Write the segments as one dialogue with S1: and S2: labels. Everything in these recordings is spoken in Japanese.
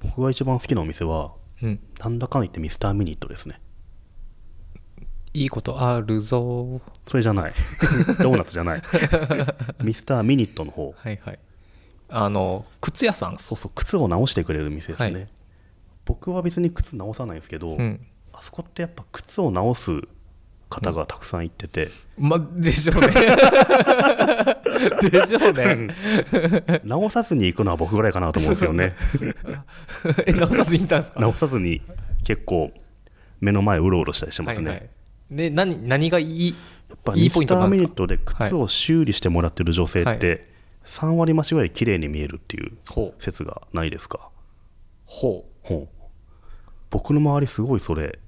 S1: 僕が一番好きなお店は、
S2: うん。
S1: なんだかん言ってミスターミニットですね。
S2: いいことあるぞ。
S1: それじゃない。 ドーナツじゃない。ミスターミニットの方。
S2: はいはい。あの、靴屋さん。
S1: そうそう、靴を直してくれる店ですね。
S2: はい
S1: 僕は別に靴直さないんですけど、
S2: うん。
S1: あそこってやっぱ靴を直す方がたくさん行ってて、
S2: ま、でしょうね。 でしょうね。
S1: 直さずに行くのは僕ぐらいかなと思うんですよね。
S2: え、直さずに行ったんですか
S1: 直さずに結構目の前うろうろしたりしてますね。
S2: はいはい。で、何、何がいい
S1: やっぱ
S2: い
S1: ミ
S2: いポ
S1: ス
S2: イント
S1: タ
S2: な
S1: ー
S2: んで
S1: ミニ
S2: すか
S1: ットで靴を修理してもらってる女性っ
S2: は
S1: て3割増しぐらい綺麗に見えるっていう
S2: ほう。
S1: 説がないですか
S2: ほ
S1: ほう僕の周りすごいそれ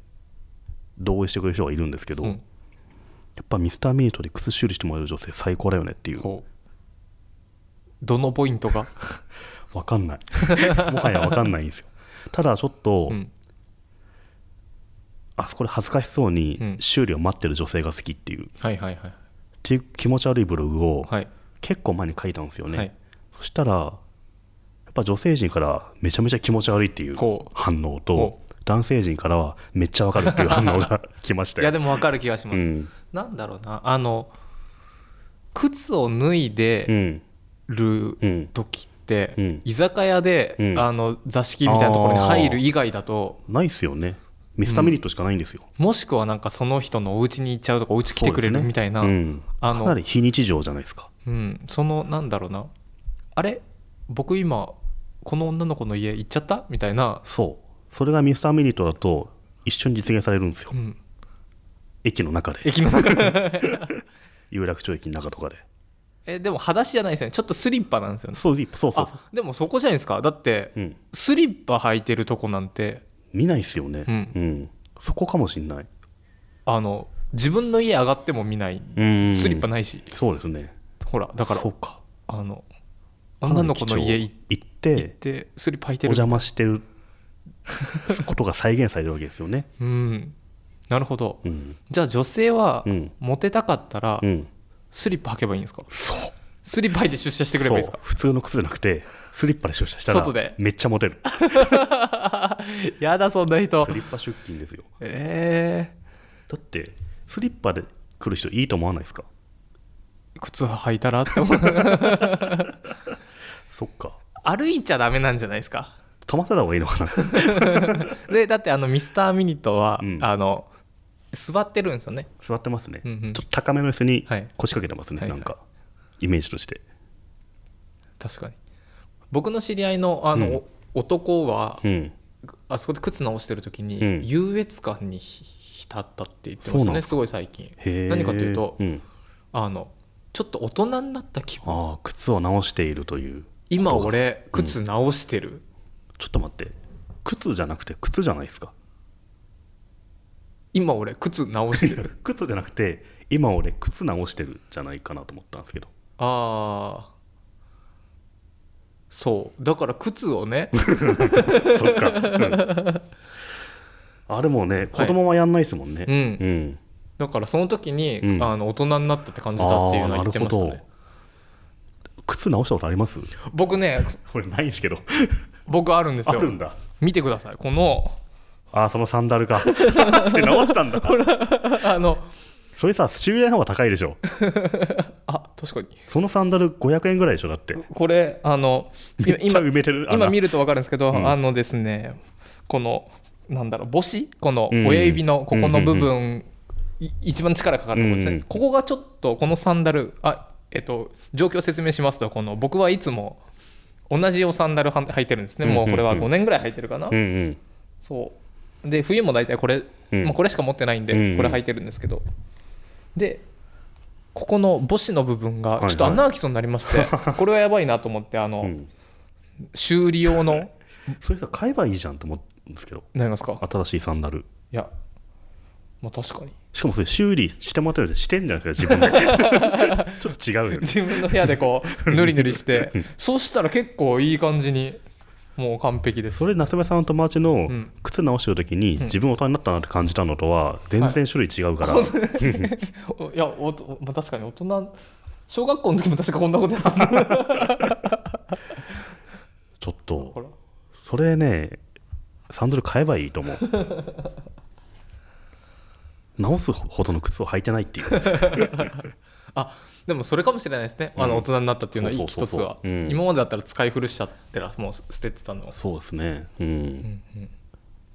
S1: 同意してくれる人がいるんですけど、
S2: う
S1: やっぱミスターミニットで靴修理してもらえる女性最高だよねっていう
S2: ほう。どのポイントが
S1: わかんない もはやわかんないんですよただちょっと、
S2: うん。
S1: あそこで恥ずかしそう
S2: う
S1: に
S2: ん
S1: 修理を待ってる女性が好きっていう,、っ
S2: はいはいはい。
S1: ていう気持ち悪いブログを
S2: はい。
S1: 結構前に書いたんですよね、
S2: はい。
S1: そしたらやっぱ女性陣からめちゃめちゃ気持ち悪いっていう
S2: ほう
S1: 反応と
S2: ほ
S1: 男性陣からはめっちゃわかるっていう反応が 来ました
S2: いや
S1: よ。
S2: でも分かる気がしま
S1: う
S2: す、
S1: ん
S2: なんだろうなあの靴を脱いうで
S1: んう
S2: る
S1: ん
S2: 時って、
S1: うん
S2: 居酒屋で、
S1: うん
S2: あの座敷みたいなところに入る以外だと
S1: ないっすよねミスターミニットしかないんですよ。
S2: もしくはなんかその人のお家に行っちゃうとかお家来てく
S1: そうで
S2: れ
S1: す
S2: る
S1: ね
S2: みたいな、
S1: うん、
S2: あ
S1: か
S2: の
S1: なり非日常じゃないですか。
S2: うん、そのなんだろうなあれ僕今この女の子の家行っちゃったみたいな、
S1: そうそれがミスターミニットだと一緒に実現されるんですよ
S2: うん、
S1: 駅の中で
S2: 駅の 中で
S1: 有楽町駅の中とかで
S2: えでも裸足じゃないですよねちょっとスリッパなんですよね
S1: そうそうそうそう、
S2: あでもそこじゃないですかだって
S1: うん、
S2: スリッパ履いてるとこなんて
S1: 見ないっすよね、
S2: うん
S1: うんそこかもしんない
S2: あの自分の家上がっても見ない
S1: うん
S2: スリッパないし、
S1: そうですね
S2: ほらだから
S1: そうか
S2: あの女の子の家行っ
S1: 行って
S2: てスリッパ履い
S1: お
S2: てる
S1: 邪魔してることが再現されるわけですよね。
S2: うんなるほど
S1: うん、
S2: じゃあ女性は
S1: うん
S2: モテたかったら
S1: うん、
S2: スリッパ履けばいいんですか
S1: そう
S2: スリッパ履いて出社してくればいいです
S1: そう
S2: か
S1: 普通の靴じゃなくてスリッパで出社したら
S2: 外で
S1: めっちゃモテる
S2: やだそんな人
S1: スリッパ出勤ですよ
S2: え
S1: だってスリッパで来る人いいと思わないですか
S2: ー、靴履いたらって思う
S1: そっか
S2: 歩いちゃダメなんじゃないですか
S1: 止ませた方がいいのか な
S2: でだってあのミスターミニットは、
S1: うん
S2: あの座ってるんですよね
S1: 座ってますね、
S2: うんうん
S1: ちょっと高めの椅子に
S2: はい
S1: 腰掛けてますね、
S2: はいはい
S1: なんかイメージとして
S2: 確かに僕の知り合いのあの、
S1: うん
S2: お男は
S1: うん
S2: あそこで靴直してる時に、
S1: うん
S2: 優越感にひ浸ったって言って
S1: そ
S2: まし
S1: うな
S2: た
S1: んで
S2: ね
S1: すか
S2: すごい最近
S1: へえ
S2: 何かというと、
S1: ん
S2: あのちょっと大人になった気分
S1: ああ靴を直しているという
S2: 今俺靴直してる、
S1: ちょっと待って靴じゃなくて靴じゃないですか
S2: 今俺靴直してる
S1: 靴じゃなくて今俺靴直してるじゃないかなと思ったんですけど
S2: ああそうだから靴をね
S1: そっか、うんあれもね子供はやんないですもんね、
S2: うん
S1: うん
S2: だからその時に、
S1: うん
S2: あの大人になったって感じたっていうのは言ってました
S1: あーなる
S2: ね
S1: 靴直したことあります
S2: 僕ね
S1: これないんですけど
S2: 僕あるんです
S1: あ
S2: よ
S1: るんだ
S2: 見てくださいこの
S1: ああそのサンダ ルかそれ直したんだ
S2: あの
S1: それさ修理の方が高いでしょ
S2: あ確かに
S1: そのサンダル500円ぐらいでしょだって
S2: これあの
S1: め
S2: 今
S1: っちゃ
S2: 今
S1: 埋めてる
S2: 今見
S1: る
S2: ると分かるんですけど、
S1: うん
S2: あのですねこのなんだろう母子この
S1: うんうん
S2: 親指のここの部分、い一番力かかるところですね、
S1: うんうん
S2: ここがちょっとこのサンダルあえっと状況を説明しますとこの僕はいつも同じおサンダルは履いてるんですね、もうこれ
S1: う
S2: は
S1: んうんうん
S2: 5年ぐらい履いてるかな、
S1: うんうん
S2: そうで冬も大体これ、
S1: うん
S2: まあ、これしか持ってないんで、
S1: うんうん
S2: これ履いてるんですけどでここの母子の部分が
S1: いはい
S2: ちょっと穴開きそうになりまして、 これはやばいなと思ってあの、
S1: うん
S2: 修理用の
S1: それさ買えばいいじゃんと思うんですけど
S2: なりますか
S1: 新しいサンダル
S2: いやまあ確か に
S1: しかもそれ修理してもらってるでしてんじゃないです か自分でちょっと違うよね
S2: 自分の部屋でこうぬりぬりしてそうしたら結構いい感じにもう完璧です
S1: それ夏目さんの友達の
S2: ん
S1: 靴直してる時に自分大人になったなって感じたのとは全然種類違うから、
S2: おいやおと、まあ、確かに大人小学 校の時も確かこんなことやってた
S1: ちょっと
S2: ほら
S1: それねサンドル買えばいいと思 う直すほどの靴を履いてないっていう
S2: あでもそれかもしれないですね、あの
S1: うん
S2: 大人になったっていうのは
S1: そう
S2: 一
S1: そうそう
S2: つ
S1: そう
S2: は、
S1: うん
S2: 今までだったら使い古しちゃってらもう捨ててたのを、
S1: そうですねうん、
S2: うんうん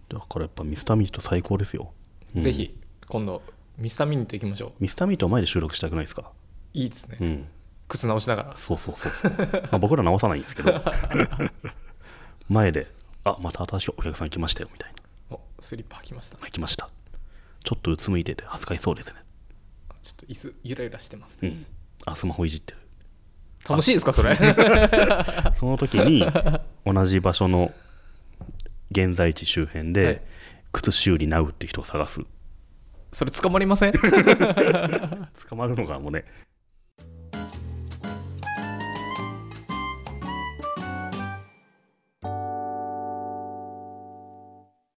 S1: だからやっぱミスターミート最高ですよ、うん
S2: ぜひ今度ミスターミニット行きましょう
S1: ミスターミートは前で収録したくないですか
S2: いいですね、
S1: うん
S2: 靴直しながら
S1: そうそうそうそう、まあ、僕ら直さないんですけど 前で「あまた新しいお客さん来ましたよ」みたいな
S2: おスリッパ来ましたね
S1: あ「来ました」ちょっとうつむいてて恥ずかしそうですね
S2: ちょっと椅子ゆらゆらしてます
S1: う
S2: ね、
S1: んあスマホいじってる
S2: 楽しいですかそれ
S1: その時に同じ場所の現在地周辺で、
S2: はい
S1: 靴修理ナウっていう人を探す
S2: それ捕まりません
S1: 捕まるのがもうね